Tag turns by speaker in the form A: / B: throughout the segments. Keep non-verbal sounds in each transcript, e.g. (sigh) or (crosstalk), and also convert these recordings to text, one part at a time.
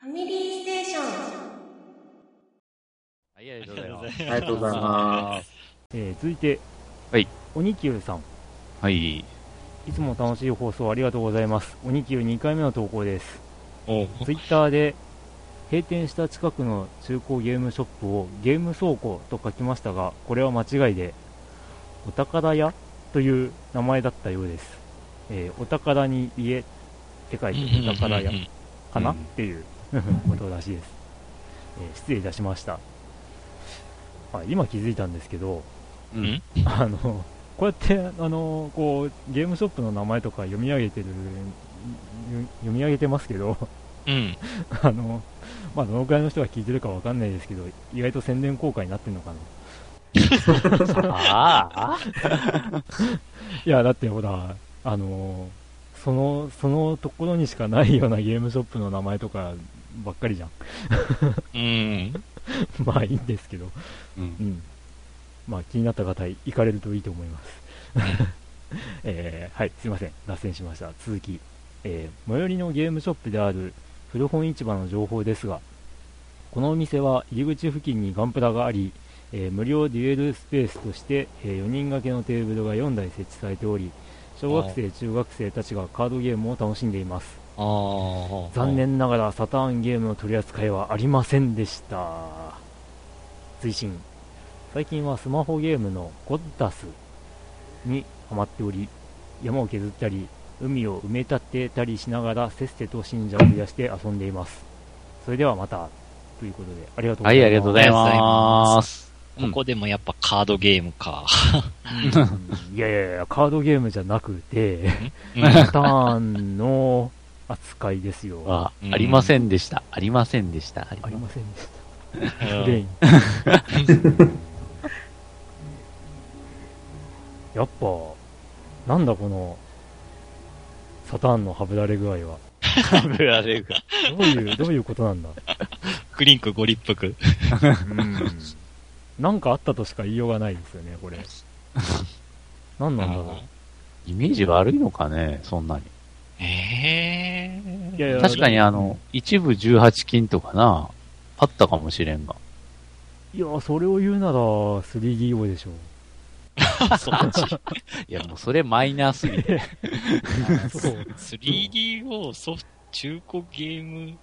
A: ファミリーステーション。
B: はい、ありがとうございます。
C: す。
D: ありがとうございます。
E: えー続いて、
B: はい
E: おにきゅうさん、
B: はい。
E: いつも楽しい放送ありがとうございます。おにきゅう2回目の投稿です。
C: おう
E: ツイッターで閉店した近くの中古ゲームショップをゲーム倉庫と書きましたが、これは間違いで、お宝屋という名前だったようです。えーお宝に家って書いてお宝屋
C: うんうんうん
E: か
B: う
E: なんっていう (laughs) ことらしいです。えー失礼いたしました。あ今気づいたんですけど、
B: うん。
E: あのこうやってあのこうゲームショップの名前とか読み上げてる読読み上げてますけど、
C: うん。
E: (laughs) あのまあどのくらいの人が聞いてるかわかんないですけど、意外と宣伝効果になってんのかな。
B: ああ。
E: いやだってほらあのそのそのところにしかないようなゲームショップの名前とかばっかりじゃん。 (laughs)
C: うん。
E: まあいいんですけど、
B: うん
E: う。ん、まあ気になった方行かれるといいと思います。 (laughs) えーはい、すいません、脱線しました。続き、えー最寄りのゲームショップである古本市場の情報ですが、このお店は入り口付近にガンプラがあり、えー無料デュエルスペースとして、え4人掛けのテーブルが4台設置されており、小学生、中学生たちがカードゲームを楽しんでいます。
C: ああ。
E: 残。念ながらサターンゲームの取り扱いはありませんでした追伸最近はスマホゲームのゴッダスにハマっており山を削ったり海を埋め立てたりしながらせっせと信者を増やして遊んでいますそれではまたということでありがとうござ
B: は
E: ます
B: いい、ありがとうございます。
C: ここでもやっぱカードゲームか。
E: うんいやいやいやカードゲームじゃなくて
C: うん
E: サターンの扱いですよあ
B: あ、ありませんでした。ありませんでした。あ
E: りませんでした
C: うん
E: レイン (laughs) やっぱなんだこのサターンのはぶられ具合は
B: せん。られが。
E: どういうどういうことなんだ
C: クリンクご立腹。
E: なんかあったとしか言いようがないですよねこれ何なんだろ
B: イメージ悪いのかね、そんなに。
C: ええ
E: ういやいや
B: 確かにあの、一部18金とかな、あったかもしれんが。
E: いやそれを言うなら 3DO でしょ
C: そっち。
B: いや、もうそれマイナーすぎて。 (laughs)
E: そう
C: 3DO ソフト、中古ゲーム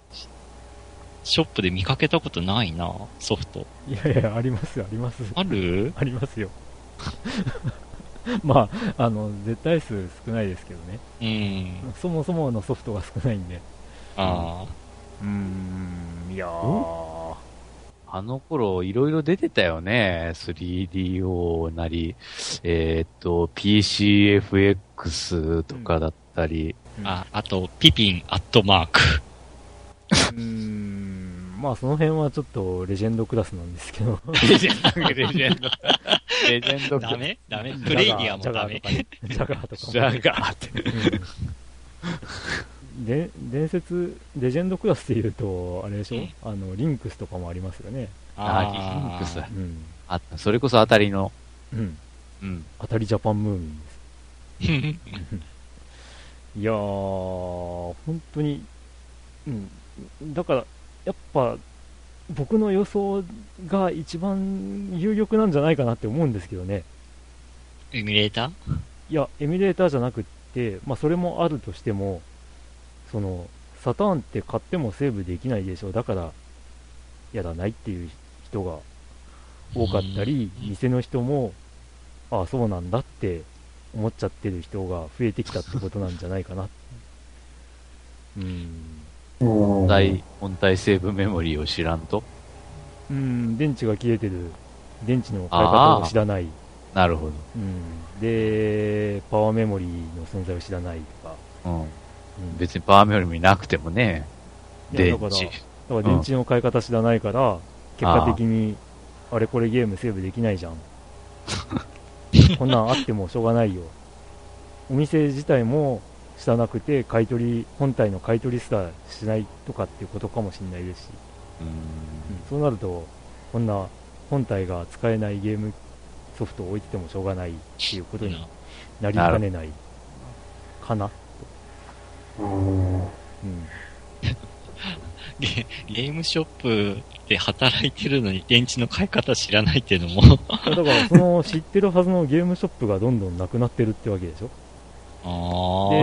C: ショップで見かけたことないな、ソフト。
E: いやいやありますあります
C: ある
E: ありますよ (laughs) まああの絶対数少ないですけどね
C: うん。
E: そもそものソフトが少ないんで
C: あ
E: うーん、いやー
B: あの頃、いろいろ出てたよね。3DO なり、えーっと、PCFX とかだったり。
C: あ。あ、あと、ピピンアットマーク。
E: うーん、まあその辺はちょっとレジェンドクラスなんですけど。
B: レジェンド、レジェンド。レジェンド
C: ダメダメプレイディアもダメ。
E: ジャガーとかね。
B: ジ
E: ジャガーとかも
B: ャガーって。
E: うんで伝説、レジェンドクラスって言うと、あれでしょ、
C: うん
E: あの、リンクスとかもありますよね。
B: あーリンクスだ
E: うん。
B: あそれこそ当たりの。
E: うん。
B: うん。
E: 当たりジャパンムーミンです。
C: リンク
E: いやー、本当に、うん、だから、やっぱ、僕の予想が一番有力なんじゃないかなって思うんですけどね、
C: ス。エミュレーター
E: いや、エミュレーターじゃなくって、まあ、それもあるとしても、そのサターンって買ってもセーブできないでしょ、だから、やらないっていう人が多かったり、
C: うん
E: 店の人も、ああ、そうなんだって思っちゃってる人が増えてきたってことなんじゃないかな。うん
D: うん
B: 本体、本体セーブメモリーを知らんと。
E: うん、電池が切れてる、電池の買い方を知らない、
B: なるほ
E: うん、で、パワーメモリーの存在を知らないとか、
B: ど。うん。
E: うん、
B: 別にパワーメモリーなくてもね。
E: いや
B: 電
E: だから
B: 池。
E: だから電池の買い方知らないから、結果的に、あれこれゲームセーブできないじゃん。こんなんあってもしょうがないよ。お店自体も知らなくて、買い取り、本体の買い取りすらしないとかっていうことかもしれないですし、
B: うん。
E: そうなると、こんな本体が使えないゲームソフトを置いててもしょうがないっていうことになりかねないかな。
D: うん
E: うん
C: ゲゲームショップで働いてるのに電池の買い方知らないっていうのも
E: だからその知ってるはずのゲームショップがどんどんなくなってるってわけでしょ
C: あ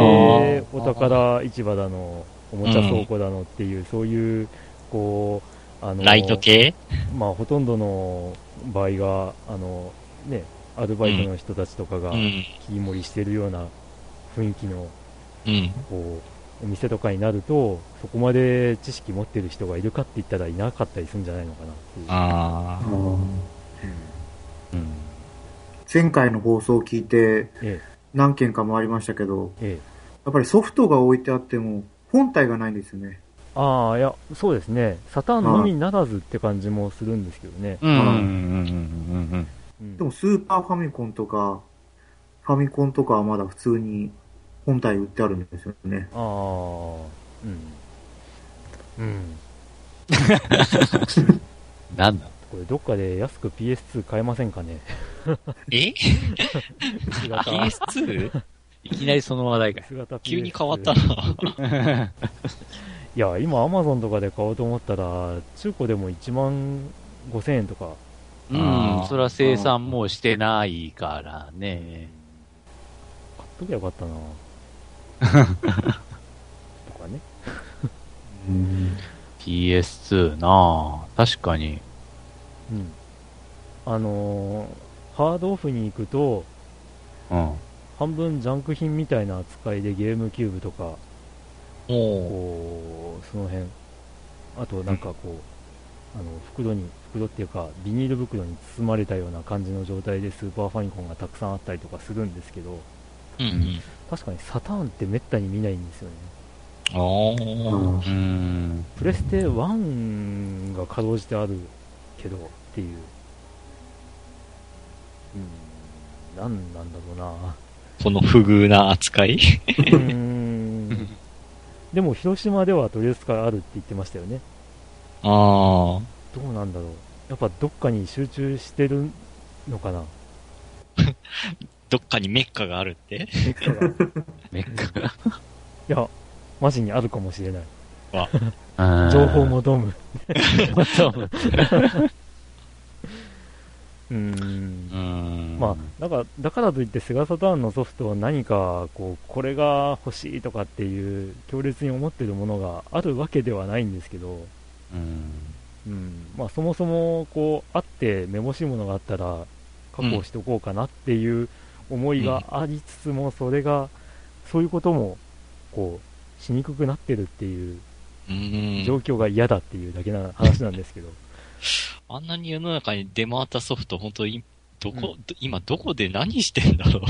E: でお宝市場だのおもちゃ倉庫だのっていう、そういうこうあ
C: あ
E: の
C: ライト系
E: まあ、ほとんどの場合があの、ね、アルバイトの人たちとかが
C: う
E: 切
C: ん。
E: り盛りしてるような雰囲気の
C: うん。
E: こうお店とかになるとそこまで知識持ってる人がいるかって言ったらいなかったりするんじゃないのかなっていう。
C: ああ。
B: うん
A: 前回の放送を聞いて
E: え
A: 何件か回りましたけど、
E: えええ、
A: やっぱりソフトが置いてあっても本体がないんですよね。
E: ああ、いや、そうですね、サターンのみならずって感じもするんですけどね。
B: うんうんうんうん
E: うん
A: でもスーパーファミコンとか、ファミコンとかはまだ普通に本体売ってあるんですよね。
E: ああ、うん。うん。
B: うん。なんだ
E: これ、どっかで安く PS2 買えませんかね。
C: え
E: 薄型 (laughs)
C: ?PS2?
B: いきなりその話題かい。
E: 薄型 PS2
C: 急に変わったな。
E: いや、今、アマゾンとかで買おうと思ったら、中古でも1万5000円とか、
B: うん、それは生産もうしてないからね。
E: 買っときゃよかったな (laughs) とかね。
B: PS2 なぁ。確かに。
E: うん。あのーハードオフに行くと、
B: うん。
E: 半分ジャンク品みたいな扱いでゲームキューブとか、
C: も
E: こう、その辺、あとなんかこう、あの、袋に、袋っていうか、ビニール袋に包まれたような感じの状態でスーパーファミコンがたくさんあったりとかするんですけど、
C: う、うん
E: 確かにサターンってめったに見ないんですよね。
C: うん。ああ。
B: うーん。
E: プレステ1がかろうじてあるけどっていう、うん、なんなんだろう (laughs) な、
C: この不遇な扱い
E: うーん、でも広島では取り扱いあるって言ってましたよね、
C: ああ。
E: どうなんだろう、やっぱどっかに集中してるのかな、
C: どっかにメッカがあるって
E: メッカがい
B: メッカ。
E: や、マジにあるかもしれない、
B: うん
E: 情報。もドーム、
B: そう
E: (laughs) うーん
B: う。ん。
E: まあ、だからだからといって、セガサターンのソフトは何かこうこれが欲しいとかっていう強烈に思ってるものがあるわけではないんですけど、
B: うん。
E: うんまあ、そもそもこうあって、めぼしいものがあったら確保しとこうかなっていう思いがありつつも、それがそういうこともこうしにくくなってるっていう
C: うん
E: 状況が嫌だっていうだけな話なんです
C: (laughs)
E: けど、
C: あんなに世の中に出回ったソフト、本当に、どこ、ど今どこで何してんだろ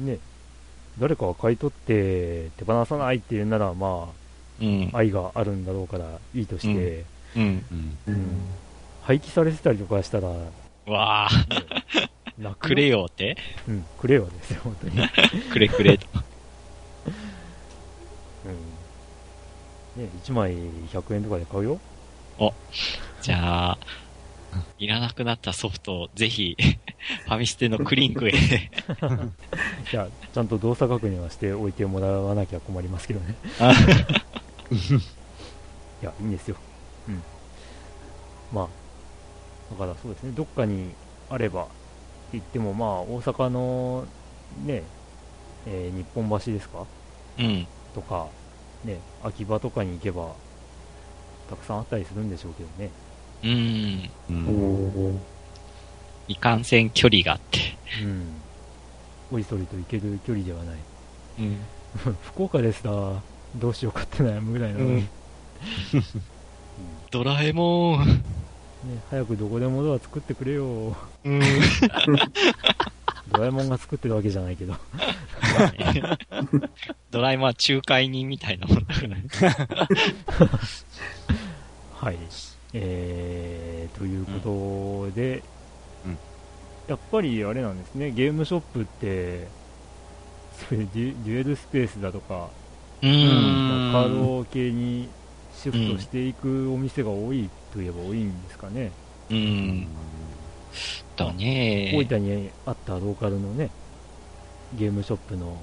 C: う。
E: ね、誰かが買い取って手放さないっていうなら、まあ、
C: (laughs) うん。
E: 愛があるんだろうからいいとして、
C: うん。
B: うん。
E: うん廃棄されてたりとかしたら、
C: (laughs) わあ、
E: 泣く
C: くれ、よって
E: うん、くれよですよ、本当に。
C: くれくれ (laughs) と。
E: ね、1枚100円とかで買うよ。
C: じゃあ、いらなくなったソフトをぜひ、ファミステのクリンクへ。 (laughs)
E: いや、ちゃんと動作確認はしておいてもらわなきゃ困りますけどね。 (laughs) いや、いいんですよ。うん。まあ、だからそうですね、どっかにあればって言っても、まあ、大阪の、ね、えー日本橋ですか
C: うん。
E: とか、ね、秋葉とかに行けば、たくさんあったりするんでしょうけどね。
C: うん。
B: うん
C: いかんせん距離があって。
E: うん。おいそりと行ける距離ではない。
C: うん。
E: 福岡ですら、どうしようかって悩むぐらいなのに、
C: うん
E: ね、
C: ドラえもん。 (laughs)
E: 早くどこでもドア作ってくれよ。
C: うん。
E: (laughs) ドラえもんが作ってるわけじゃないけど。
C: ドラえもんは仲介人みたいなもんだから。
E: はい。えー、ということで、
B: うん
E: やっぱりあれなんですね、ゲームショップって、そういうデュデュエルスペースだとか、
C: う
E: カー
C: ん。
E: ド系にシフトしていくお店が多いといえば多いんですかね、
C: うん。だ
E: 大
C: ね。
E: 分にあったローカルのねゲームショップの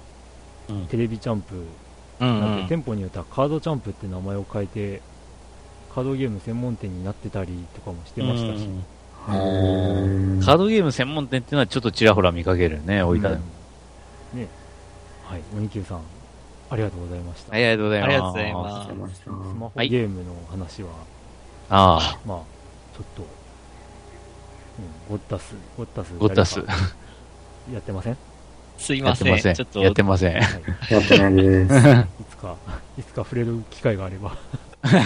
B: うん
E: テレビチャンプ、
C: う
E: なんて
C: ん。
E: 店舗によってはカードチャンプって名前を変えてカードゲーム専門店になってたりとかもしてましたし、
C: うん
A: へー
B: カードゲーム専門店っていうのはちょっとちらほら見かけるよね、置いてある。
E: うんねはい、鬼球さん、ありがとうございました。
B: はいありがとうございま
C: あ
B: す。
C: りがとうございます
A: ありました
E: スマホゲームの話は、
B: あ
E: まあ、ちょっと、うん、ゴッタス、ゴッタス、
B: ゴッタス
E: 誰かやってません、
C: すい
B: あ、や
C: ま
B: って
C: せん。
B: ません
C: ちょっ。と、
B: やってません。
E: はい、
A: やってないです。
E: いつか、いつか触れる機会があれ
B: (laughs)
E: ば。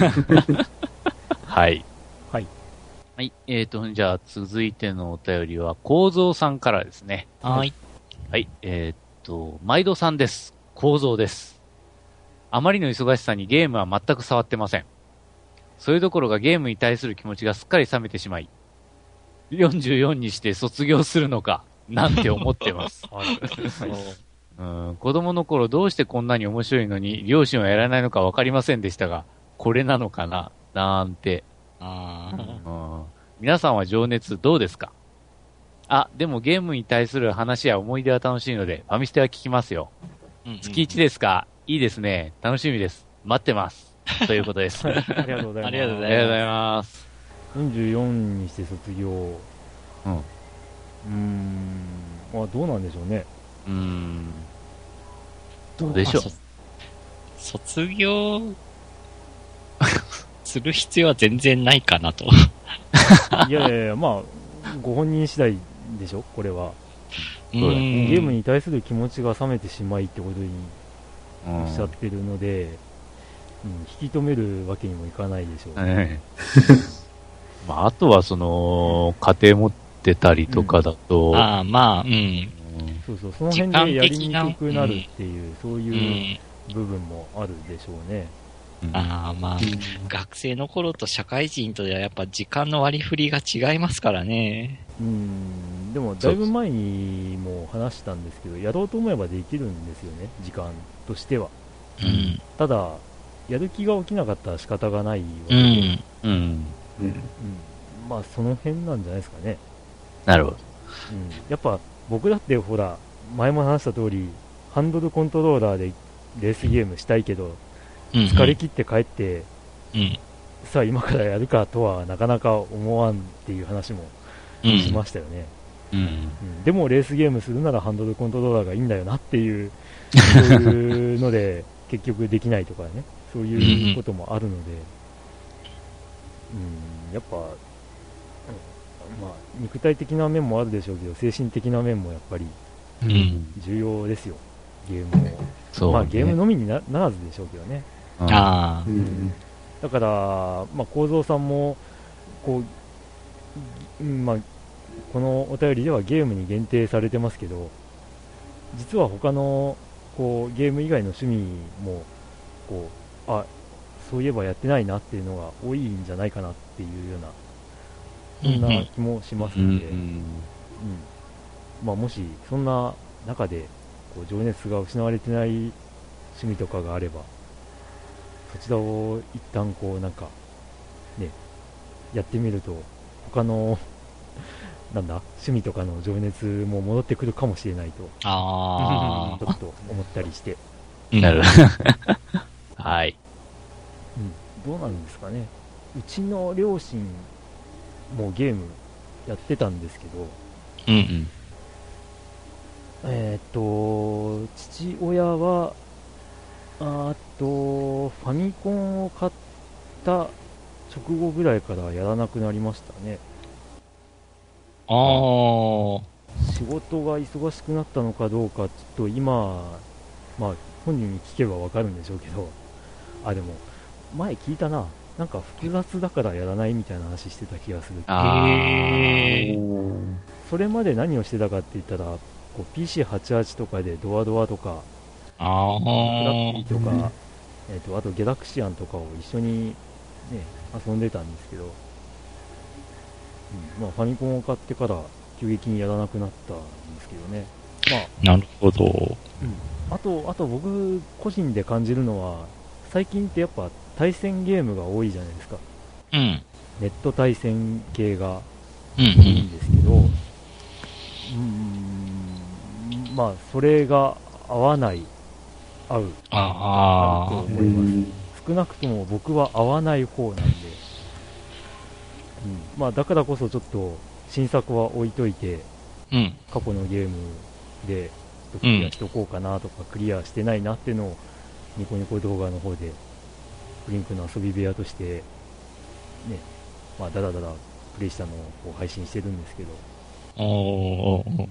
B: はい。
E: はい。
B: はい。えっ、と、じゃあ、続いてのお便りは、構造さんからですね。
C: はい。
B: はい。えっ、と、毎度さんです。構造です。あまりの忙しさにゲームは全く触ってません。それどころかゲームに対する気持ちがすっかり冷めてしまい、44にして卒業するのか、なんて思ってます。
E: (laughs) はい
B: うん子供の頃どうしてこんなに面白いのに両親はやらないのか分かりませんでしたが、これなのかななんて、
C: あ
E: う
C: ー
E: ん
B: うん皆さんは情熱どうですかあ、でもゲームに対する話や思い出は楽しいので、ファミステは聞きますよ。
C: うん
B: 月1ですか、いいですね。楽しみです。待ってます。ということです。ありがと
E: ありがとうございます。
C: ありがとうござ
B: うございます。
E: 44にして卒業。う
B: うん。う
E: ーん。まあ、どうなんでしょうね。
B: ーん。どうでしょう
C: まあ。そ卒業 (laughs) する必要は全然ないかなと。
E: いやいやいや、まあ、ご本人次第でしょ、これは。
C: う
B: だね
C: ん
E: ゲームに対する気持ちが冷めてしまいってことに
B: うん
E: おっしゃってるので、うん引き止めるわけにもいかないでしょう。
B: ええまあ、あとはその、家庭持ってたりとかだと、
C: ああ、まあ、うん。
B: うん
E: そうそう、その辺でやりにくくなるっていう、そう
C: う。
E: いうん部分もあるでしょうね。
C: ああ、まあ、学生の頃と社会人とではやっぱ時間の割り振りが違いますからね。
E: うん、でもだいぶ前にも話したんですけど、やろうと思えばできるんですよね、時間としては。
C: うん。
E: ただ、やる気が起きなかったら仕方がないわけ
C: う
E: で、
C: ん。
B: うん。
A: うん
E: うんまあその辺なんじゃないですかね。
B: なるほど。
E: うん、やっぱ僕だってほら、前も話した通り、ハンドルコントローラーでレースゲームしたいけど、
C: うん
E: 疲れ切って帰って、
C: うん。
E: さあ今からやるかとはなかなか思わんっていう話も
C: うん
E: しましたよね。
B: うん。
E: うんでもレースゲームするならハンドルコントローラーがいいんだよなっていう、そういうので、結局できないとかね、そういうこともあるので、うん、やっぱ、うんまあ、肉体的な面もあるでしょうけど、精神的な面もやっぱり
C: うん
E: 重要ですよ、ゲーム
B: そう、
E: を。
B: ね。
E: まあ、ゲームのみになならずでしょうけどね。
B: うん
C: ああ
A: う。ん
E: だから、まあ、構造さんも、こう、ぎまあ、このお便りではゲームに限定されてますけど、実は他の、こう、ゲーム以外の趣味も、こう、あ、そういえばやってないなっていうのが多いんじゃないかなっていうような、そんな気もします
B: う
E: の
B: ん
E: で、うんまあ、もし、そんな中で、こう、情熱が失われてない趣味とかがあれば、そちらを一旦こうなんか、ね、やってみると、他の、 (laughs) なんだ、趣味とかの情熱も戻ってくるかもしれないと、ち
C: あ
E: ょっと思ったりして、
C: あ。
B: なるほど。 (laughs) はい。
E: どうなんですかね。うちの両親もゲームやってたんですけど、
C: うん。
E: えーっと、父親は、あーっと、ファミコンを買った直後ぐらいからやらなくなりましたね。
C: ああ。
E: 仕事が忙しくなったのかどうか、ちょっと今、まあ、本人に聞けばわかるんでしょうけど、あ、でも、前聞いたな、なんか複雑だからやらないみたいな話してた気がする。
B: あ
C: へえ。
E: それまで何をしてたかって言ったら、こう PC88 とかでドアドアとか、
C: あ
E: フラッピ
C: あ
E: ー。と
A: うん
E: か、えっとあとギャラクシアンとかを一緒に、ね、遊んでたんですけど、うんまあ、ファミコンを買ってから急激にやらなくなったんですけどね。まあ
C: なるほど。
E: あと、あと僕個人で感じるのは、最近ってやっぱ対戦ゲームが多いじゃないですか。
C: うん。
E: ネット対戦系が
C: う
E: 多いん
C: ん
E: ですけど、うーん、まあ、それが合わない、合う、
C: ああ
E: 合うと
A: う
E: 思います。
A: ん
E: 少なくとも僕は合わない方なんで、まあ、だからこそちょっと新作は置いといて
C: うん。
E: 過去のゲームでちょっとクリアしとこうかなとか、クリアしてないなっていうのをニコニコ動画の方でブリンクの遊び部屋としてねまあダラダラプレイしたのをこう配信してるんですけど
C: おー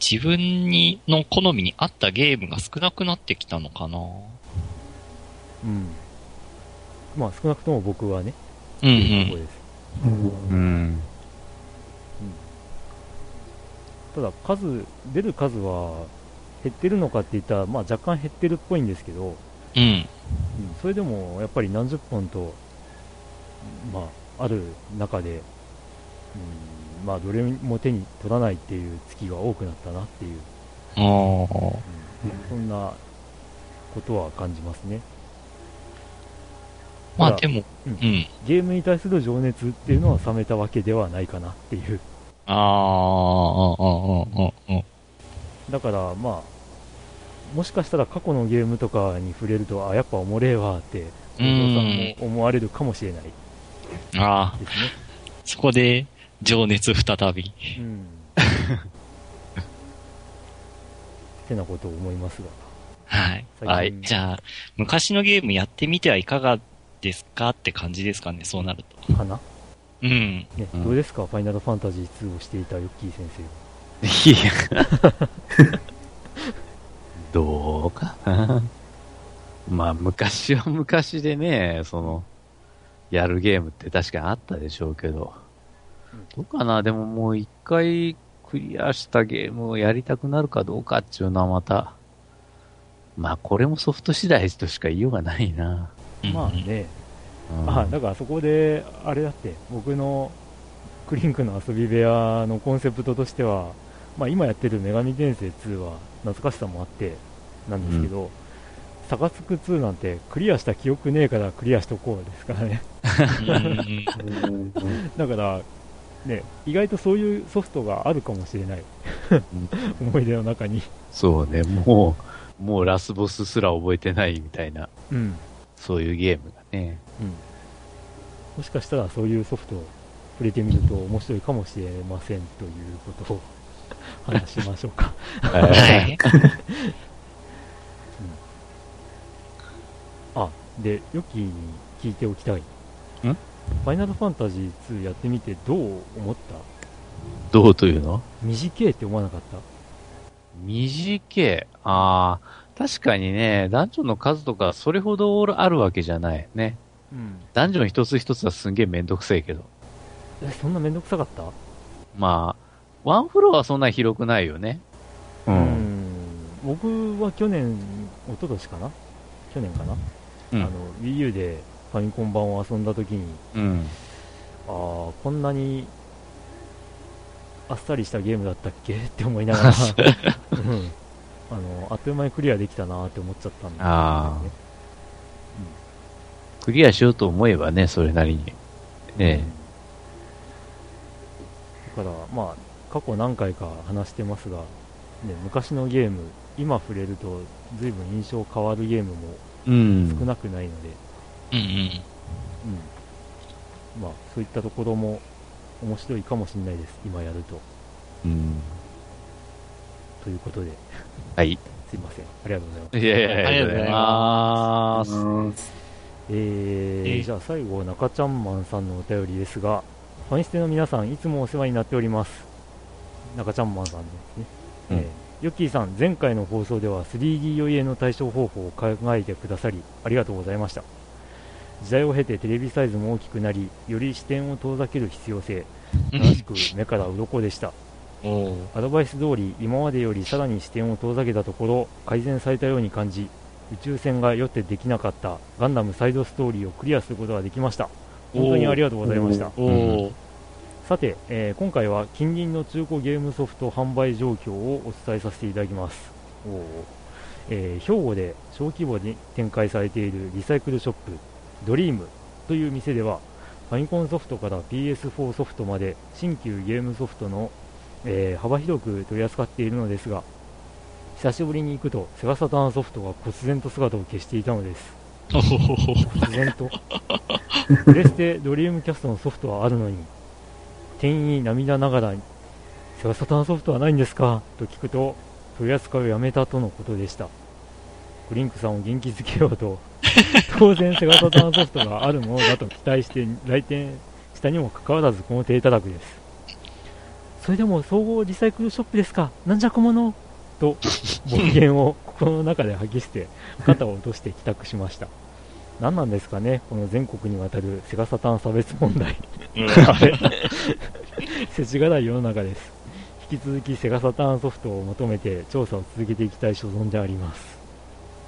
C: 自分にの好みに合ったゲームが少なくなってきたのかな
E: うんまあ少なくとも僕はね、
C: うんう
E: っていうとこ
C: ん。
E: ろです
B: う
A: うん
B: ん。
E: ただ数出る数は減ってるのかって言ったら、まあ、若干減ってるっぽいんですけど、
C: うん。
E: それでもやっぱり何十本と、まあ、ある中で、うんまあ、どれも手に取らないっていう月が多くなったなっていう、
C: おー
E: うんそんなことは感じますね
C: まあ
E: ただ
C: でも、う
E: う
C: んん。
E: ゲームに対する情熱っていうのは冷めたわけではないかなっていう
C: あー、うんうんうんうんうん。
E: だからまあもしかしたら過去のゲームとかに触れるとあやっぱおもれえわってお父さんも思われるかもしれないで
C: あー、
E: すね
C: そこで、情熱再び。
E: うん
B: (laughs)
E: てなことを思いますが。
C: はい。
E: 最近
C: はい。じゃあ、昔のゲームやってみてはいかがですかって感じですかね、そうなると。
E: かな
C: うん。
E: ね、
B: うん
E: どうですかファイナルファンタジー2をしていたヨッキー先生。
B: いや。 (laughs) どうかな。 (laughs) まあ、昔は昔でね、その、やるゲームって確かにあったでしょうけど
E: うん。
B: どうかな、でももう一回クリアしたゲームをやりたくなるかどうかっていうのはまた、まあこれもソフト次第としか言いようがないな。
E: まあね、
B: うん
E: あ、だからそこで、あれだって、僕のクリンクの遊び部屋のコンセプトとしては、まあ今やってる女神転生2は懐かしさもあってなんですけど、サガスク2なんてクリアした記憶ねえからクリアしとこうですからね。 (laughs)
C: うん
E: だから、ね、意外とそういうソフトがあるかもしれない、思い出の中に、
B: そうね、もう、もうラスボスすら覚えてないみたいな、
E: うん
B: そういうゲームがね。 (laughs)
E: もしかしたらそういうソフトを触れてみると面白いかもしれませんということを話しましょうか。
C: はい。
E: あで、ヨッキーに聞いておきたい。ファイナルファンタジー2やってみてどう思った
B: どうというの
E: 短いって思わなかった
B: 短い。ああ、確かにね、ダンジョンの数とかそれほどあるわけじゃないね。
E: うん。
B: ダンジョン一つ一つはすんげえめんどくせえけど。
E: え、そんなめんどくさかった
B: まあ、ワンフロアはそんな広くないよね。う
E: う。僕は去年、一昨年かな去年かな、
B: うん
E: あの Wii U でファミコン版を遊んだ時に、
B: うん。
E: ああ、こんなにあっさりしたゲームだったっけって思いながら、
B: (laughs) あ
E: うんあのあっという間にクリアできたなって思っちゃったんだ
B: あクリアしようと思えばね、それなりに。ね
E: うんだから、まあ、過去何回か話してますが、ね、昔のゲーム、今触れると随分印象変わるゲームも
B: え。うん。
E: 少なくないので、
C: うんうん。
E: うんまあ、そういったところも面白いかもしれないです、今やると。
B: うん。
E: ということで、
B: はい。
E: すいません、ありがとうございます。
B: いやいや
C: ありがとうござい
B: ま
A: う。ん
E: えー
C: えー
E: じゃあ最後、中ちゃんマンさんのお便りですが、ファミステの皆さん、いつもお世話になっております。中ちゃんマンさんですね。
B: うん
E: えーヨッキーさん、前回の放送では 3D 酔いへの対処方法を考えてくださり、ありがとうございました。時代を経てテレビサイズも大きくなり、より視点を遠ざける必要性、正しく目から鱗でした。
C: おー
E: アドバイス通り今までよりさらに視点を遠ざけたところ改善されたように感じ宇宙船が酔ってできなかったガンダムサイドストーリーをクリアすることができました本当にありがとうございました
C: おー
E: さて、えー今回は近隣の中古ゲームソフト販売状況をお伝えさせていただきますおーえー兵庫で小規模に展開されているリサイクルショップドリームという店ではファミコンソフトから PS4 ソフトまで新旧ゲームソフトの、えー幅広く取り扱っているのですが久しぶりに行くとセガサターンソフトが忽然と姿を消していたのです (laughs)
C: おー
E: 忽然とプレステドリームキャストのソフトはあるのに、店員に涙ながらに、セガサターンソフトはないんですかと聞くと、取り扱いをやめたとのことでした。クリンクさんを元気づけようと、当然セガサターンソフトがあるものだと期待して来店したにもかかわらずこの低たらくです。それでも総合リサイクルショップですかなんじゃ小物と、暴言を心の中で吐き捨て、肩を落として帰宅しました。何なんですかね、この全国にわたるセガサターン差別問題。
C: うん
E: あれ世知辛い世の中です。引き続きセガサターンソフトを求めて調査を続けていきたい所存であります。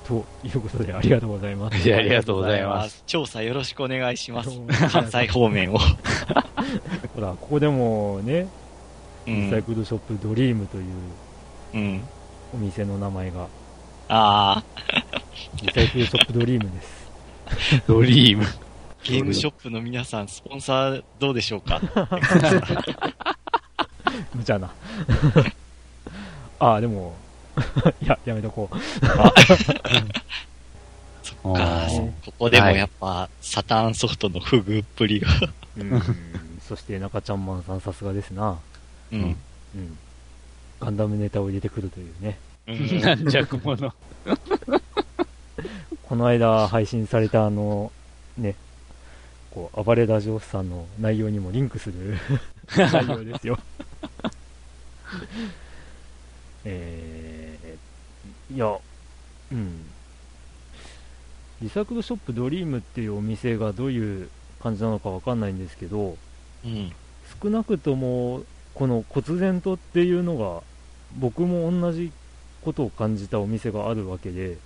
E: ということでありがとうございます。
B: いやありがとうございます。
C: 調査よろしくお願いします
E: どうも。
C: 関西方面を。
E: ほら、ここでもね、
C: う
E: リサイ
C: ん。
E: クルショップドリームという
C: うん。
E: お店の名前が、
C: ああ、
E: リサイクルショップドリームです。
B: ドリーム。
C: ゲームショップの皆さん、スポンサーどうでしょうか
E: 無茶な。 (laughs) ああ、でも、 (laughs) いや、やめとこう。 (laughs)
C: そっか
B: あー、
C: ここでもやっぱ、サターンソフトの不遇っぷりが。
E: そして中ちゃんマンさんさすがですな。
C: うん。
E: うん。ガンダムネタを入れてくるというね。
C: (laughs) うん
B: 軟弱 (laughs) 者。
E: この間配信されたあの、ね、こう、暴れラジオスさんの内容にもリンクする内容ですよ。えー、いや、うん。リサイクルショップドリームっていうお店がどういう感じなのかわかんないんですけど、
C: うん。
E: 少なくともこの忽然とっていうのが僕も同じことを感じたお店があるわけで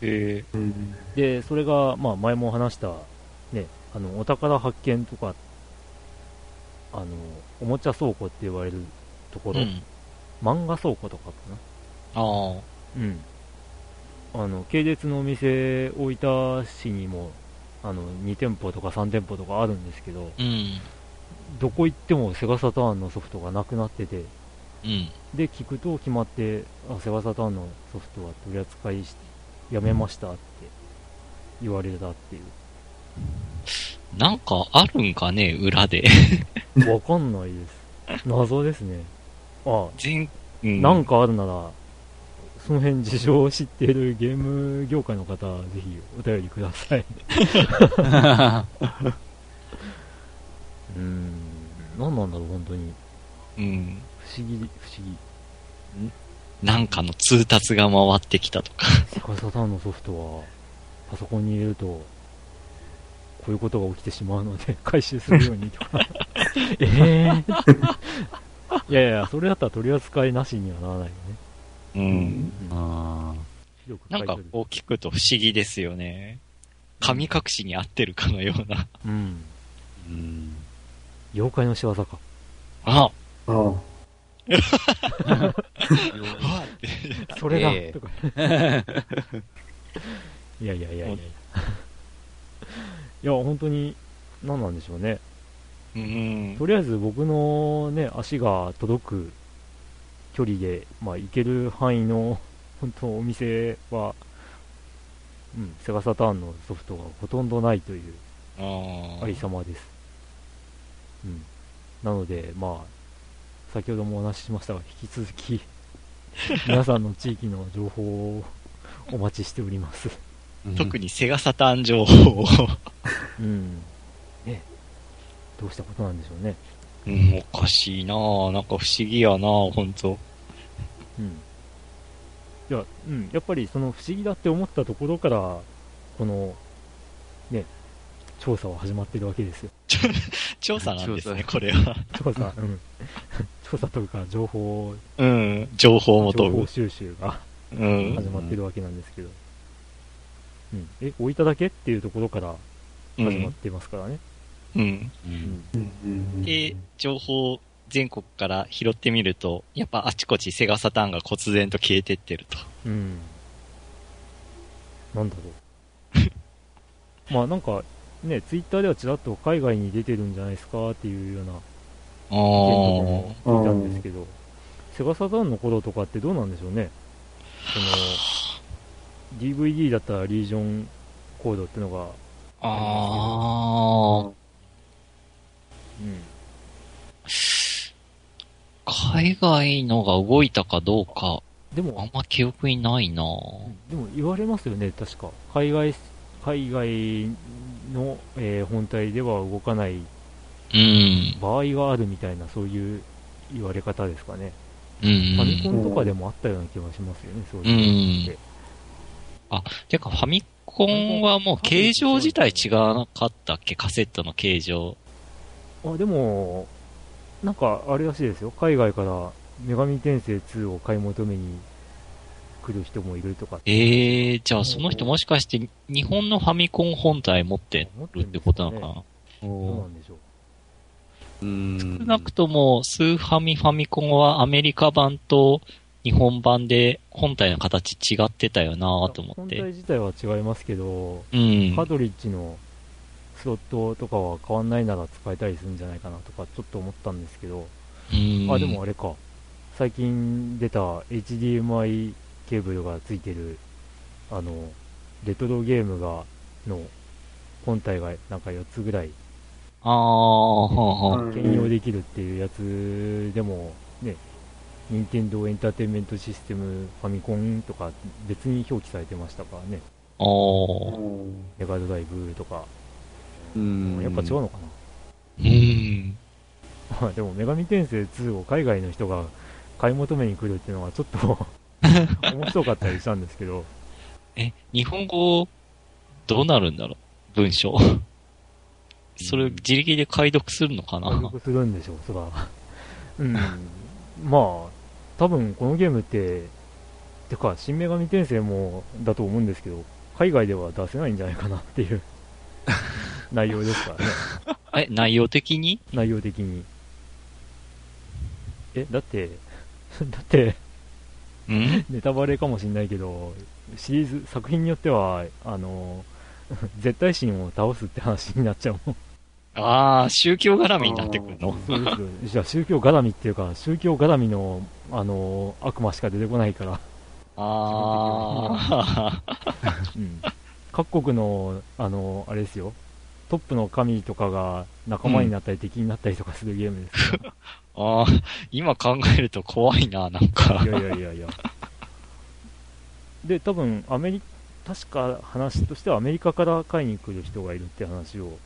C: え
A: うん
E: でそれがまあ前も話した、ね、あのお宝発見とかあのおもちゃ倉庫って言われるとこ
C: う
E: ろ、
C: ん。
E: 漫画倉庫とかか
C: ああ。
E: な、うん、あの系列のお店大分市にもあの2店舗とか3店舗とかあるんですけど
C: うん。
E: どこ行ってもセガサターンのソフトがなくなってて
C: うん。
E: で聞くと決まってあセガサターンのソフトは取り扱いしやめましたって言われたってい
C: なんかあるんかね、裏で。
E: うわかんないです謎ですねあ
C: 全、うん
E: なんかあるならその辺事情を知っているゲーム業界の方ぜひお便りくださいうーん何なんだろう本当に
C: うん。
E: 不思議不思議
C: なんかの通達が回ってきたとか。
E: セガサターンのソフトはパソコンに入れるとこういうことが起きてしまうので (laughs) 回収するようにとか (laughs) ええいやいやそれだったら取り扱いなしにはならないよね
C: うん。
B: あ
E: ひどく
C: なんか
E: 買い取る
C: こう聞くと不思議ですよね。神隠しに合ってるかのよう (laughs) な。
E: うん
B: ーうん
E: 妖怪の仕業か
C: あ
A: ああ、
C: あって。
E: それが、
B: ええ
E: とか (laughs) いやいやいやいやいやいや本当に何なんでしょうね
C: うん。
E: とりあえず僕のね、足が届く距離で、まあ、行ける範囲の、 (laughs) 本当お店は、うん、セガサターンのソフトがほとんどないという
C: ああ
E: ありさまです。うん。なので、まあ、先ほどもお話ししましたが、引き続 (laughs) き、皆さんの地域の情報をお待ちしております。
C: 特にセガサターン情報を。
E: うん。ね。どうしたことなんでしょうね。
C: うん、おかしいなぁ。なんか不思議やなぁ、ほんと。
E: うん、いや、うん、やっぱりその不思議だって思ったところから、この、ね、調査は始まってるわけですよ。
C: 調査なんですね、
B: 調
C: これは。
E: 調査、うん。 (laughs) 調査というか、情報、
C: うん、情報を
E: 情
C: 求
E: 報
C: む。
E: 収集が
C: う
E: 始
C: ん。
E: まってるわけなんですけど。うん。え、置いただけっていうところから
C: う
E: 始まっ
C: ん。
E: てますからね。
C: うん。
B: うん
A: うんうんうん
C: で、情報を全国から拾ってみると、やっぱあちこちセガサターンが忽然と消えてってると。
E: うん。なんだろう。
C: (laughs)
E: まあなんか、ね、ツイッターではちらっと海外に出てるんじゃないですかっていうような
C: あ
E: 聞
C: ー
E: いたんですけど、セガサターンの頃とかってどうなんでしょうね、そ
C: (sighs)
E: の DVD だったらリージョンコードってのが、
C: あ海外のが動いたかどうか、
E: で
C: あ
E: も
C: ん、ま記憶にないな
E: でも言われますよね、確か。海外、海外の、えー本体では動かない
C: うん。
E: 場合があるみたいな、そういう言われ方ですかね。
C: う
E: ファミ
C: ん
E: コ。ンとかでもあったような気がしますよね、そう
C: う
E: いうのっ
C: ん
E: て。。
C: てか、ファミコンはもう形状自体違わなかったっけカセットの形状。
E: あでも、なんかあれらしいですよ、海外から女神転生2を買い求めに来る人もいるとか、
C: ええー、じゃあその人もしかして日本のファミコン本体持ってるってことなのかな
E: どうなんでしょう、
B: うん
C: 少なくとも、スーファミファミコンはアメリカ版と日本版で本体の形違ってたよなぁと思っ
E: 本体
C: て。
E: 自体は違いますけど、
C: うん
E: カ。トリッジのスロットとかは変わんないなら使えたりするんじゃないかなとか、ちょっと思ったんですけど、
C: うん
E: あでもあれか、最近出た HDMI ケーブルがついてる、あのレトロゲームがの本体がなんか4つぐらい。
C: ああ、は
A: うん
E: 兼用できるっていうやつでもね、任天堂エンターテインメントシステムファミコンとか別に表記されてましたからね、
C: あ、はあ。
E: メガドライブとか、
B: うん
E: やっぱ違うのか
C: うん。
E: な、まあでも、女神転生2を海外の人が買い求めに来るっていうのはちょっと (laughs) 面白かったりしたんですけど、
C: え、日本語、どうなるんだろう文章。それを自力で解読するのかな
E: 協力するんでしょう、そら。うん、まあ、多分このゲームって、てか、新女神転生もだと思うんですけど、海外では出せないんじゃないかなっていう (laughs) 内容ですからね、
C: え、内容的に
E: 内容的に。え、だって、だって、
C: うん
E: ネタバレかもしれないけど、シリーズ、作品によっては、あの、 (laughs) 絶対神を倒すって話になっちゃうもん。
C: ああ、宗教絡みになってくるの
E: そうですじゃあ宗教絡みっていうか、宗教絡みの、あの、悪魔しか出てこないから、
C: ああ。
E: うん、各国の、あの、あれですよ、トップの神とかが仲間になったり敵になったりとかするゲームですか
C: ああ、今考えると怖いな、なんか。
E: ら、いやいやいやいや。で、多分、アメリ確か話としてはアメリカから買いに来る人がいるって話を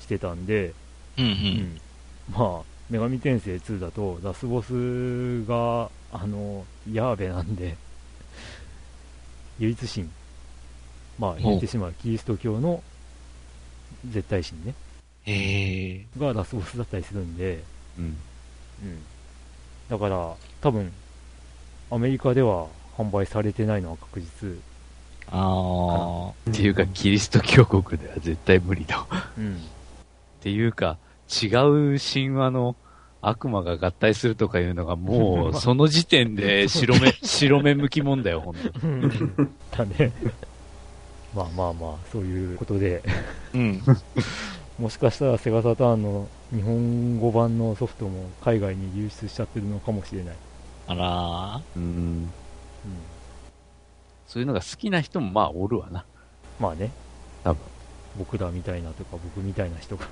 E: してたんで、
C: うんう。
E: うんんまあ、女神転生2だと、ラスボスが、あの、ヤーベなんで、唯一神。まあ、言ってしまう、キリスト教の絶対神ね、
C: ええ
E: がラスボスだったりするんで、
B: うん
E: だから、多分、アメリカでは販売されてないのは確実。
C: あ
B: っていうか、キリスト教国では絶対無理だ。 (laughs) っ
E: うん。
B: ていうか、違う神話の悪魔が合体するとかいうのが、 (laughs) もう、その時点で白目、白目向きもんだよ、ほんと。
E: だね。 (laughs) まあまあまあ、そういうことで。
C: あ。うん。
E: もしかしたらセガサターンの日本語版のソフトも海外に流出しちゃってるのかもしれない。
C: あらー
B: うん。
E: うん、
B: そういうのが好きな人も、まあ、おるわな。
E: まあね。
B: 多分
E: 僕らみたいなとか僕みたいな人が。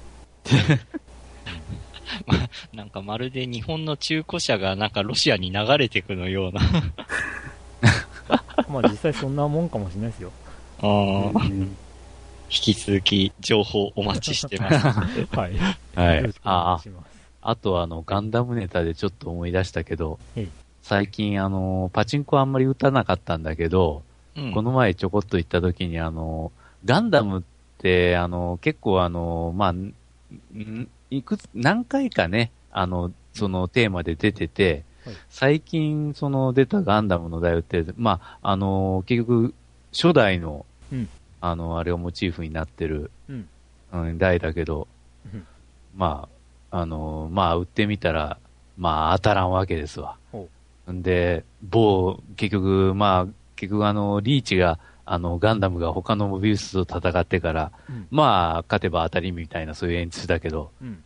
C: なんかまるで日本の中古車がなんかロシアに流れてくのような。
E: まあ実際そんなもんかもしれない
B: (laughs)
E: ですよ。
C: ああ。引き続き情報お待ちして
B: (laughs)
C: ます。
E: はい。
B: は
E: よろ
B: い
E: し。くお願
B: あ
E: いします。
B: あ、あとあの、ガンダムネタでちょっと思い出したけど
E: はい、
B: 最近あの、パチンコあんまり打たなかったんだけど、
C: うん
B: この前ちょこっと行った時に、あの、ガンダムって、あの、結構あの、まあ、んいくつ、何回かね、あの、そのテーマで出てて、
E: はい
B: 最近その出たガンダムの題って、まあ、あの、結局、初代の、
E: うん
B: あの、あれをモチーフになってる、
E: うん
B: うん題だけど、
E: うん
B: まあ、あの、まあ、売ってみたら、まあ、当たらんわけですわ
E: ほ。
B: んで、某、結局、まあ、結局あの、リーチが、あの、ガンダムが他のモビウスと戦ってから、
E: うん。
B: まあ、勝てば当たりみたいなそういう演出だけど、
E: うん。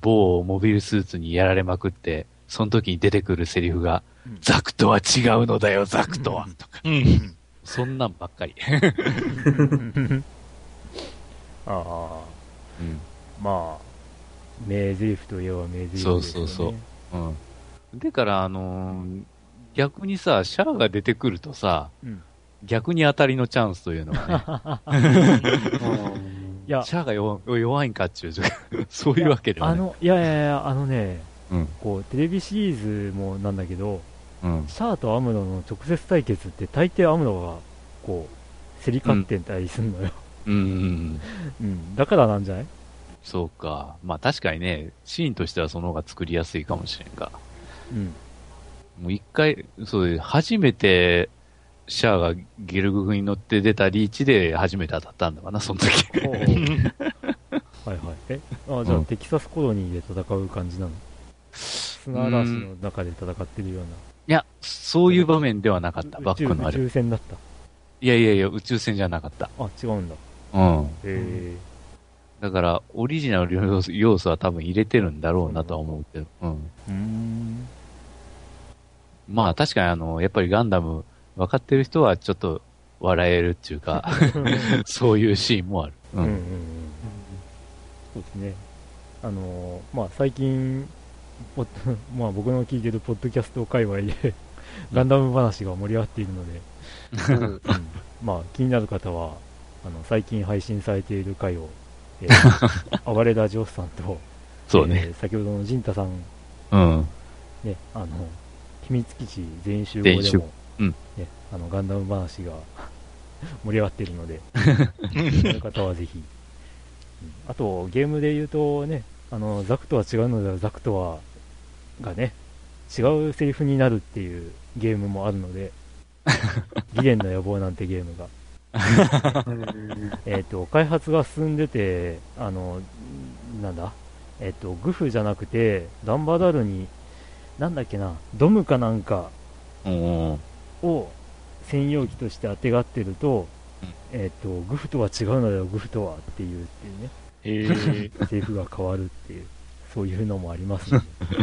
B: 某モビルスーツにやられまくって、その時に出てくるセリフが、
E: うん
B: ザクとは違うのだよ、ザクとは、とか、 (laughs)
C: うん。
B: そんなんばっかり。
E: (laughs) ああ、まあ、名台詞といえば名台詞ですよね。
B: そうそうそううんでから、あのー逆にさ、シャアが出てくるとさ、
E: うん
B: 逆に当たりのチャンスというのが
E: (laughs)
B: ね、
E: いや、
B: シャアが弱弱いんかっちゅう、 (laughs) そういうわけでは
E: あ
B: ね。
E: の、いやいやいや、あのね、
B: うん
E: こう、テレビシリーズもなんだけど、
B: うん
E: シャアとアムロの直接対決って大抵アムロが、こう、競り勝ってたりすんのよ。
B: うんうんうん、
E: うん。だからなんじゃない
B: そうか。まあ確かにね、シーンとしてはその方が作りやすいかもしれんが。
E: うん。
B: もう一回、そうです初めて、シャアがゲルグフに乗って出たリーチで初めて当たったんだかな、そ
E: (laughs)
B: の時。
E: はいはい。え、あ、じゃあ、
B: うん
E: テキサスコロニーで戦う感じなの砂嵐の中で戦ってるよう
B: いや、そういう場面ではなかった、
E: な。
B: バ
E: 宇宙
B: ックのあ
E: 宇
B: れ。
E: 宙船だった。
B: いやいやいや、宇宙船じゃなかった。
E: あ、違うんだ。
B: うん。
E: へ
B: だから、オリジナルの要素要素は多分入れてるんだろうなとは思うけど、うん。
E: え。うん。
B: まあ確かにあの、やっぱりガンダム、分かってる人はちょっと笑えるってい
E: (laughs)
B: うか、そういうシーンもある。う
E: うんうん
B: ん。
E: うん。そうですね。あのーまあ、最近、ポッまあ、僕の聞いてるポッドキャスト界隈で、ガンダム話が盛り上がっているので、うんまあ、気になる方は、あの、最近配信されている回を、えー、
B: (laughs)
E: 暴れラジオスさんと、
B: そうね。
E: えー先ほどの陣太さん、
B: うん。
E: ね、あの、秘密基地全員集合
B: 全員
E: で
B: 集
E: も
B: 合、うん
E: ね、あの、ガンダム話が (laughs) 盛り上がっているの
B: (laughs)
E: で、その方はぜひ。うんあと、ゲームで言うとね、あの、ザクとは違うのでは、ザクとは、がね、違うセリフになるっていうゲームもあるの
B: (laughs)
E: で、ギレンの野望なんてゲームが。えっ、と、開発が進んでて、あの、なんだ、えっ、と、グフじゃなくて、ダンバダルに、なんだっけな、ドムかなんか
B: うん。
E: を専用機としてあてがってると、えっ、と、グフとは違うのだよ、グフとはっていうっていうね。
C: へえ。
E: セリフが変わるっていう、そういうのもありますので、うん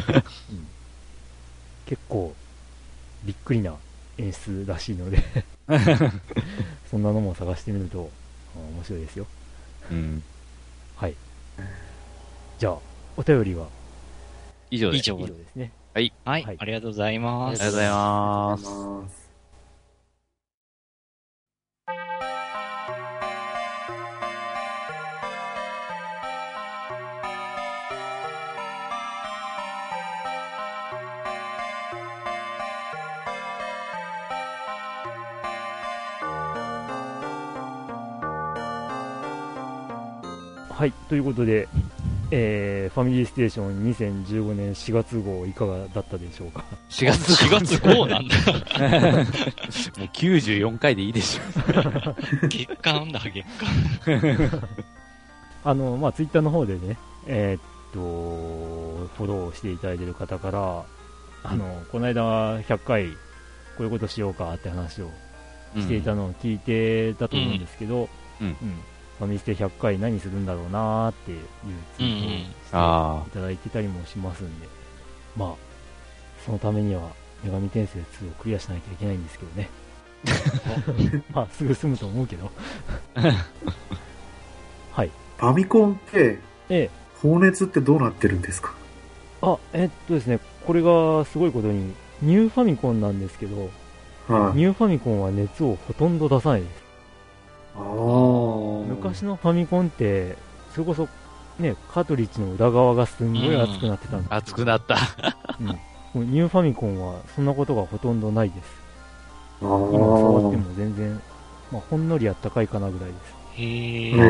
E: 結構、びっくりな演出らしいので、そんなのも探してみると、あ面白いですよ。
B: うん。
E: はい。じゃあ、お便りは
B: 以上で
C: 以
B: す。
C: 上
E: 以上ですね。
C: はい
E: はい、
C: ありがとうございま
B: あり
C: す。
B: がとうござい
A: あ
B: ます。
A: ー
E: はい、ということで、えーファミリーステーション2015年4月号いかがだったでしょうか。 (laughs)
B: 4月
C: 4月号なんだ。
B: (laughs) もう94回でいいでしょ。
C: 月間だ、月間。
E: あの、まあ、ツイッターの方でね、えーっと、フォローしていただいてる方から、あの、この間100回、こういうことしようかって話をしていたのを聞いてたと思うんですけど、
B: うんうん
E: ファミステ100回何するんだろうなーっていうツイートをし
B: あ
E: ていただいてたりもしますんで、まあ、そのためには、女神転生2をクリアしなきゃいけないんですけ (laughs) どね。まあ、すぐ済むと思うけど。はい。
A: ファミコンって、
E: ええ
A: 放熱ってどうなってるんですか
E: あ、えっとですね、これがすごいことに、ニューファミコンなんですけど、
A: はい。
E: ニューファミコンは熱をほとんど出さないです。
A: ああ。
E: 昔のファミコンって、それこそ、ね、カートリッジの裏側がすんごい熱くなってたんで
B: あ、熱くなった。
E: うんもうニューファミコンはそんなことがほとんどないです。
A: あ
E: 今触って
A: ー
E: も全然、まあ、ほんのりあったかいかなぐらいです。
C: へ
A: うん
C: え。
A: へ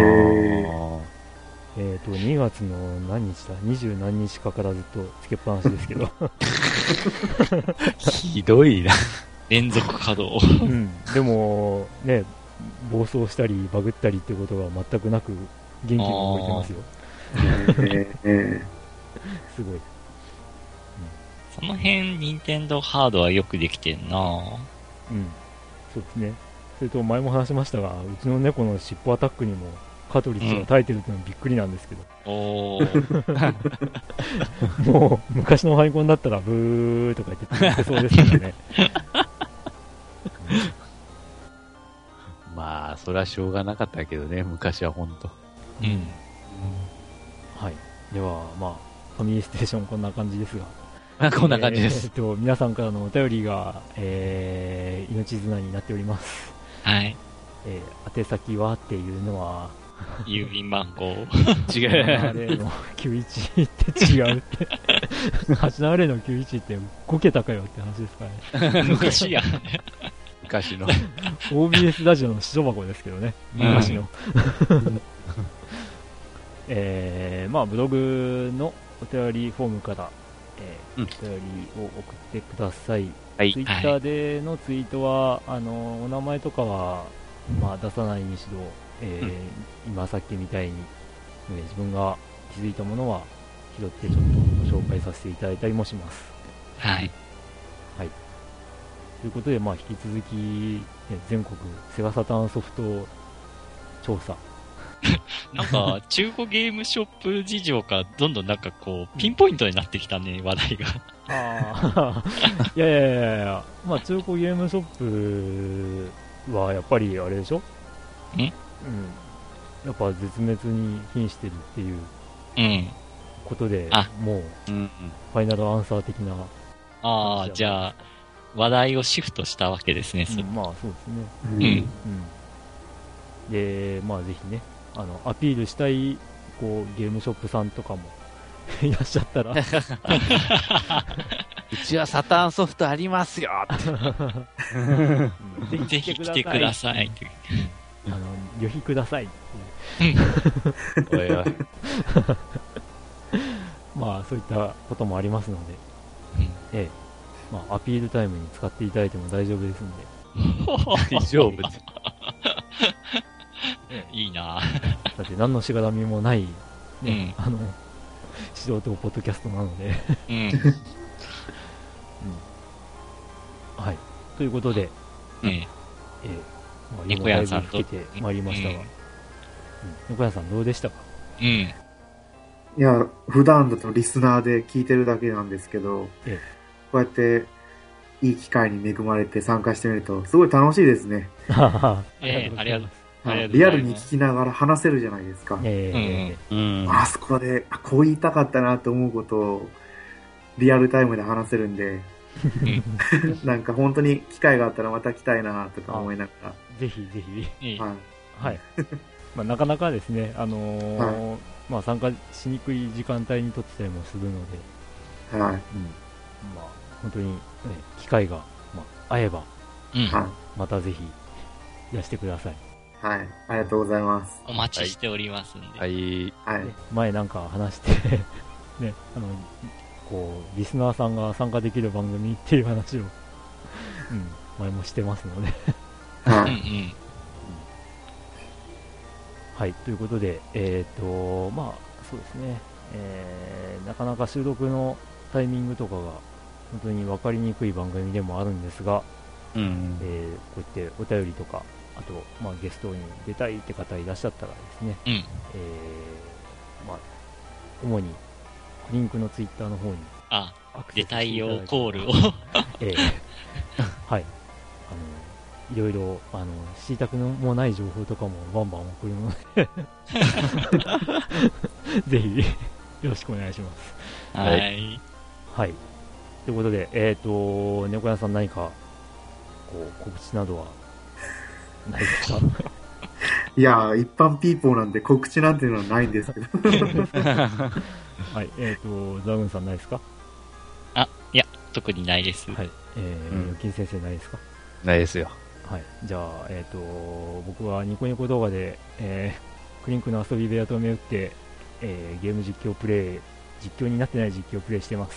E: えっ、と、2月の何日だ二十何日かからずっとつけっぱなしですけど。
B: ひどいな。
C: 連続稼働。
E: うん、でも、ね、暴走したり、バグったりってことが全くなく、元気に動いてますよ。
A: ええ
E: すごい。
C: その辺、任天堂ハードはよくできてんな
E: うん。そうですね。それと、前も話しましたが、うちの猫の尻尾アタックにも、カトリッジが耐えてるってのはびっくりなんですけど、
C: お
B: (laughs)
C: ー。
E: もう、昔のファミコンだったら、ブーとか言って言ってそうですけどね。
B: まあ、それはしょうがなかったけどね、昔はほんと。
C: うん。
E: はい。では、まあ、ファミリーステーションこんな感じですが、
B: ま (laughs) あこんな感じです。
E: えーっと、皆さんからのお便りが、えー、命綱になっております。
C: はい。
E: えー、宛先はっていうのは、
B: (laughs)
C: 郵便番号。
B: 違う。
E: 7 0の91って違うって。870の91って5桁かよって話ですからね。
C: 昔や。
B: 昔の。
E: OBS ラジオの試乗箱ですけどね。
B: うん
E: 昔
B: (laughs)
E: の。えー、まあ、ブログのお便りフォームから、えーお便りを送ってください。
B: はい
E: ツイッターでのツイートは、あのお名前とかは、まあ、出さないにしろ、えー
B: うん
E: 今さっきみたいに、えー自分が気づいたものは拾ってちょっとご紹介させていただいたりもします。
C: はい。
E: ということで、まあ、引き続き、ね全国セガサターンソフト調
B: (laughs)
E: 査、
C: なんか、中古ゲームショップ事情がどんどんなんかこう、ピンポイントになってきたね、話題が。
E: ああ、いやいやいやいや、まあ、中古ゲームショップはやっぱりあれでしょ
C: ん
E: うん。やっぱ絶滅に瀕してるっていう
C: うん。
E: ことで
C: あ、
E: もう
B: うんうん。
E: ファイナルアンサー的な、
C: ああ、じゃあ、話題をシフトしたわけですね、
E: うんまあそうですね。
A: うん
C: うん。
E: うん。で、まあぜひね、あの、アピールしたい、こう、ゲームショップさんとかも (laughs) いらっしゃ
C: (laughs)
E: ったら、
B: うちはサターンソフトあります (laughs) よって
E: うん
C: ぜひ来てください。
E: あの、旅費ください。
B: おいおい。
E: まあそういったこともありますので、ええ、まあアピールタイムに使っていただいても大丈夫です
C: (laughs)
E: ので、
B: 大丈夫。
C: いいな
E: だって何のしがらみもない、ねあの、素人ポッドキャストなので、
C: う
E: (laughs)
C: ん。
E: はい。ということで、
C: ね
E: ええ、まあ、
C: 猫屋さんと
E: 夜もだいぶ更けてまいりましたが、
C: うん
E: うん猫屋さんどうでしたか
C: うん。
A: いや、普段だとリスナーで聞いてるだけなんですけど、
E: ええ
A: こうやっていい機会に恵まれて参加してみると、すごい楽しいですね。
C: (laughs) ええ
E: (laughs)
C: ありがとうありがとうございます
A: リアルに聞きながら話せるじゃないですか。
E: ええ
B: うん。
A: あそこで、あこう言いたかったなと思うことを、リアルタイムで話せるんで、 (laughs) なんか本当に機会があったらまた来たいなとか思いなが
E: ぜひぜ
C: (laughs)
E: ひ。
C: いい
A: ら。はい。
E: はい。まあ、なかなかですね、あのーまあ、参加しにくい時間帯に撮ってたりもするので、
A: はい。
E: まあ、本当に、ね、機会が、まあ、合えば、
C: うん
A: はい。
E: またぜひ、いらしてください。
A: はい。ありがとうございます。
C: お待ちしておりますんで。
B: はい。
A: はい
E: ね。前なんか話して、 (laughs) ね、あの、こう、リスナーさんが参加できる番組っていう
B: (laughs)
E: 話を、うん、前もしてますので。 (laughs)
A: は
C: う
A: い。
C: ん
E: はい、ということで、えっ、と、まあ、そうですね、えーなかなか収録のタイミングとかが、本当に分かりにくい番組でもあるんですが、
B: うん
E: え。ーこうやってお便りとか、あと、まあ、ゲストに出たいって方いらっしゃったらですね、
C: うん。うん。
E: えーまあ、主にリンクのツイッターの方に
C: あ、
E: アクセ
C: 出
E: スしていただ
C: た
E: い
C: い
E: て
C: よコールを。
E: (laughs)
C: (laughs)
E: ええはい。あの、いろいろ、あの、知りたくもない情報とかもバンバン送るので、ぜ
C: (laughs)
E: ひ、よろしくお願いします。
B: はい
C: はい。
E: はい。ということで、えっ、と、猫屋さん何か、こう、告知などは、な
C: (laughs)
E: いですか
A: いやー、一般ピーポーなんで告知なんていうのはないんですけど。
E: はい。えっ、と、ザグンさんないですか
C: 特にないです。
E: はい。えー、
B: うん
E: 預金先生ないですか
B: (laughs) ないですよ。
E: はい、じゃあ、えっ、と、僕はニコニコ動画で、えークリンクの遊び部屋と銘打って、えーゲーム実況プレイ、実況になってない実況プレイしてます。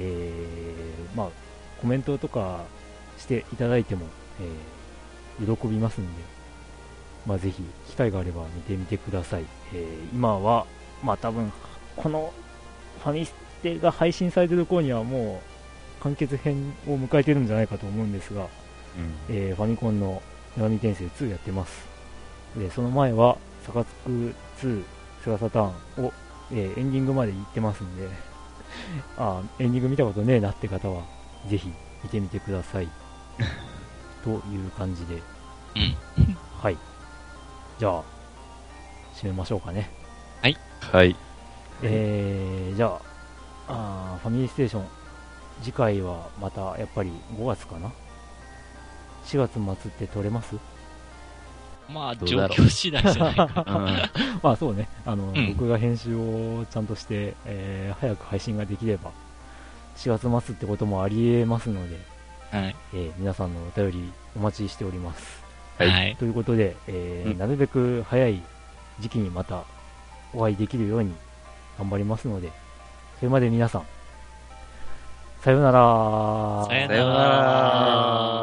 E: えーまあ、コメントとかしていただいても、えー喜びますんで、まあ、ぜひ、機会があれば見てみてください。えー今は、まあ、多分、このファミステが配信されてる頃にはもう、完結編を迎えてるんじゃないかと思うんですが、えーファミコンの女神転生2やってます。で、その前は、サカツク2、セガサターンを、えーエンディングまで行ってますんで、 (laughs) あーエンディング見たことねえなって方は、ぜひ見てみてくだ
B: (laughs)
E: さい。という感じで、
C: うん。
E: はい。じゃあ、締めましょうかね。
B: はい。
E: えー、じゃあ、あーファミリーステーション次回はまたやっぱり5月かな4月末って取れます
C: まあ、
B: どうだ
C: 状
B: ろう
C: 況次第じゃないか
B: う
E: (laughs) まあそうねあの、
C: ん
E: 僕が編集をちゃんとして、えー早く配信ができれば4月末ってこともありえますので、
C: な。はい。
E: えー皆さんのお便りお待ちしております
B: はい
C: はい。
E: ということで、えー
B: うん
E: なるべく早い時期にまたお会いできるように頑張りますので、それまで皆さん、さようなら。
C: さよ
B: さようなら